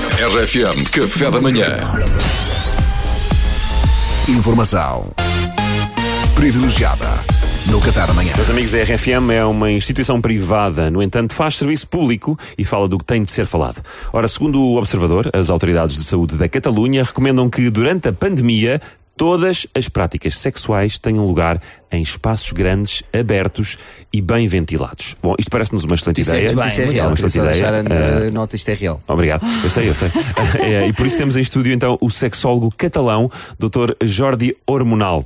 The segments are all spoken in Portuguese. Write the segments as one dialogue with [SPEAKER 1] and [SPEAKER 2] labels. [SPEAKER 1] RFM Café da Manhã.
[SPEAKER 2] Informação privilegiada no Qatar amanhã.
[SPEAKER 3] Meus amigos, a RFM é uma instituição privada, no entanto, faz serviço público e fala do que tem de ser falado. Ora, segundo o Observador, as autoridades de saúde da Catalunha recomendam que, durante a pandemia, todas as práticas sexuais tenham lugar em espaços grandes, abertos e bem ventilados. Bom, isto parece-nos uma excelente
[SPEAKER 4] Isso é,
[SPEAKER 3] ideia.
[SPEAKER 4] muito bem,
[SPEAKER 5] Isto é
[SPEAKER 4] muito
[SPEAKER 5] real,
[SPEAKER 4] bem.
[SPEAKER 3] Uma
[SPEAKER 5] queria
[SPEAKER 3] excelente
[SPEAKER 5] só deixar
[SPEAKER 3] ideia. Eh,
[SPEAKER 5] a nota, isto é real.
[SPEAKER 3] Obrigado, eu sei, eu sei. É, e por isso temos em estúdio então o sexólogo catalão, Dr. Jordi Hormonal.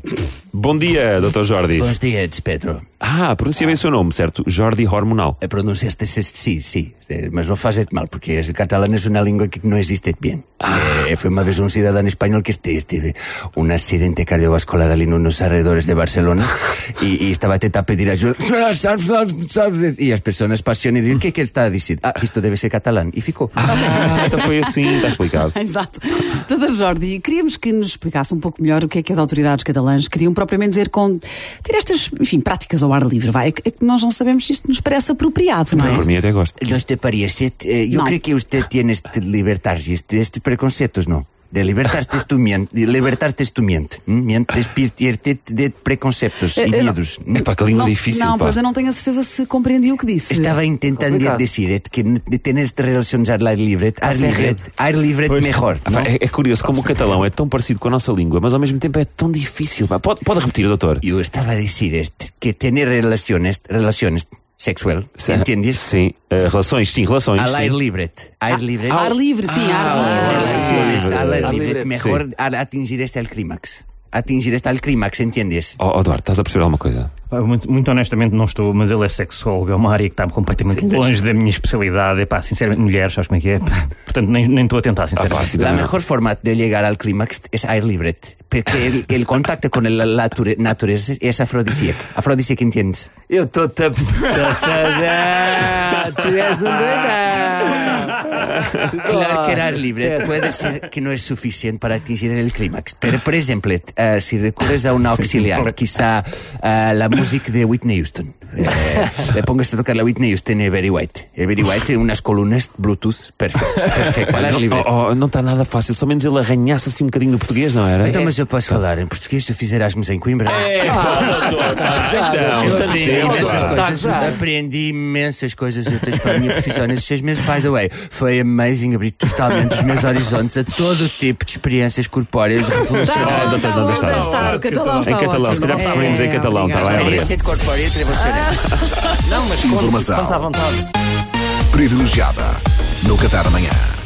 [SPEAKER 3] Bom dia, Dr. Jordi.
[SPEAKER 4] Bons dias, Pedro.
[SPEAKER 3] Ah, pronuncia bem o seu nome, certo? Jordi Hormonal.
[SPEAKER 4] Eh, Pronunciaste ese- sí, sí, eh, mas no faces mal, porque el catalán es una lengua que no existe bien. Eh, fue una vez un ciudadano español que este, este, un accidente cardiovascular en unos alrededores de Barcelona y, y estaba a tentar pedir ayuda. Salve, salve, salve. Y las personas pasiones dicen, ¿qué, qué está diciendo? Ah, esto debe ser catalán. Y ficó.
[SPEAKER 3] Ah, então foi assim, está explicado.
[SPEAKER 6] Exato. Doutor Jordi, queríamos que nos explicasse um pouco melhor o que é que as autoridades catalãs queriam propriamente dizer com ter estas, enfim, práticas ao ar livre, vai? É que é que nós não sabemos se isto nos parece apropriado, não
[SPEAKER 3] Por
[SPEAKER 6] é?
[SPEAKER 3] mim até gosto.
[SPEAKER 4] ¿Los te parece? Eh, yo
[SPEAKER 6] No.
[SPEAKER 4] creo que usted tiene este libertad y este, este preconceptos, ¿no? De libertad es tu miente, libertad es tu miente, ¿m? miente despirtierte de preconceptos
[SPEAKER 6] Eh,
[SPEAKER 4] y
[SPEAKER 6] eh, no. pues,
[SPEAKER 4] miedos.
[SPEAKER 3] É pá, que língua
[SPEAKER 6] não,
[SPEAKER 3] difícil,
[SPEAKER 6] não
[SPEAKER 3] pá.
[SPEAKER 6] pois eu não tenho a certeza se compreendi o que disse.
[SPEAKER 4] Estaba intentando decir eh, que n- de tener estas relaciones al aire libre, aire libre, aire libre mejor,
[SPEAKER 3] Ah,
[SPEAKER 4] ¿no?
[SPEAKER 3] pá, é, é curioso como o catalão é tão parecido com a nossa língua, mas ao mesmo tempo é tão difícil. pá. Pode, pode repetir, doutor?
[SPEAKER 4] Yo estaba a decir este, que tener relaciones, relaciones sexual, ¿entiendes?
[SPEAKER 3] Sim. eh, relações, sim, relações.
[SPEAKER 4] Al
[SPEAKER 3] sim.
[SPEAKER 4] aire libre, aire libre.
[SPEAKER 6] Ar livre,
[SPEAKER 4] Ah,
[SPEAKER 6] sim, ar livre.
[SPEAKER 4] relaciones
[SPEAKER 3] Ah,
[SPEAKER 4] al aire
[SPEAKER 3] al
[SPEAKER 4] libre,
[SPEAKER 3] libre.
[SPEAKER 4] mejor
[SPEAKER 3] Sí.
[SPEAKER 4] al atingir hasta el clímax. Atingir hasta el clímax, ¿entiendes?
[SPEAKER 3] Oh, oh, Eduardo, estás a perceber alguma coisa?
[SPEAKER 7] Pá, Muito, muito honestamente não estou, mas ele é sexólogo, é uma área que está completamente longe da minha especialidade. É pá, sinceramente, mulheres, sabes como é que é? Pá, Portanto, nem nem estou a tentar,
[SPEAKER 3] pá,
[SPEAKER 7] sinceramente.
[SPEAKER 3] sim,
[SPEAKER 4] La
[SPEAKER 3] também.
[SPEAKER 4] mejor forma de llegar al clímax es aire libre, porque el, el contacto con el- la, nature- naturaleza es afrodisíaco. Afrodisíaco, ¿entiendes?
[SPEAKER 8] Eu estou-te a safadão! tu és um doidão! Tu
[SPEAKER 4] Claro que el
[SPEAKER 8] gostas,
[SPEAKER 4] aire libre
[SPEAKER 8] certo?
[SPEAKER 4] puede ser que no es suficiente para atingir el clímax, pero por ejemplo, eh, si recurres a un auxiliar, quizá eh, la música de Whitney Houston. Eh, le pongas a tocar la Whitney Houston y Barry White. El Barry White tiene unas columnas Bluetooth perfectas. Perfecto, al aire libre.
[SPEAKER 3] Oh, oh, não está nada fácil, somente menos ele arranhasse assim um bocadinho do português, não era?
[SPEAKER 4] Então, mas eu posso falar em português se eu fizer Erasmus em Coimbra?
[SPEAKER 3] Eh. Então,
[SPEAKER 4] Eu
[SPEAKER 3] tanto
[SPEAKER 4] aprendi
[SPEAKER 3] tempo,
[SPEAKER 4] imensas
[SPEAKER 3] pá.
[SPEAKER 4] coisas, aprendi imensas coisas úteis para a minha profissão nesses seis meses. By the way, foi amazing, abri totalmente os meus horizontes a todo tipo de experiências corpóreas
[SPEAKER 6] Tá
[SPEAKER 4] revolucionárias.
[SPEAKER 6] bom, tá bom,
[SPEAKER 3] está,
[SPEAKER 6] deixa
[SPEAKER 3] está.
[SPEAKER 6] estar, o catalão está
[SPEAKER 3] Em catalão,
[SPEAKER 6] ótimo.
[SPEAKER 3] se calhar preferimos em
[SPEAKER 6] É,
[SPEAKER 3] catalão, está
[SPEAKER 6] obrigada.
[SPEAKER 3] Tá bem? Obrigado.
[SPEAKER 4] Experiência de corpórea revolucionária.
[SPEAKER 2] Informação
[SPEAKER 7] vontade.
[SPEAKER 2] privilegiada no Qatar amanhã.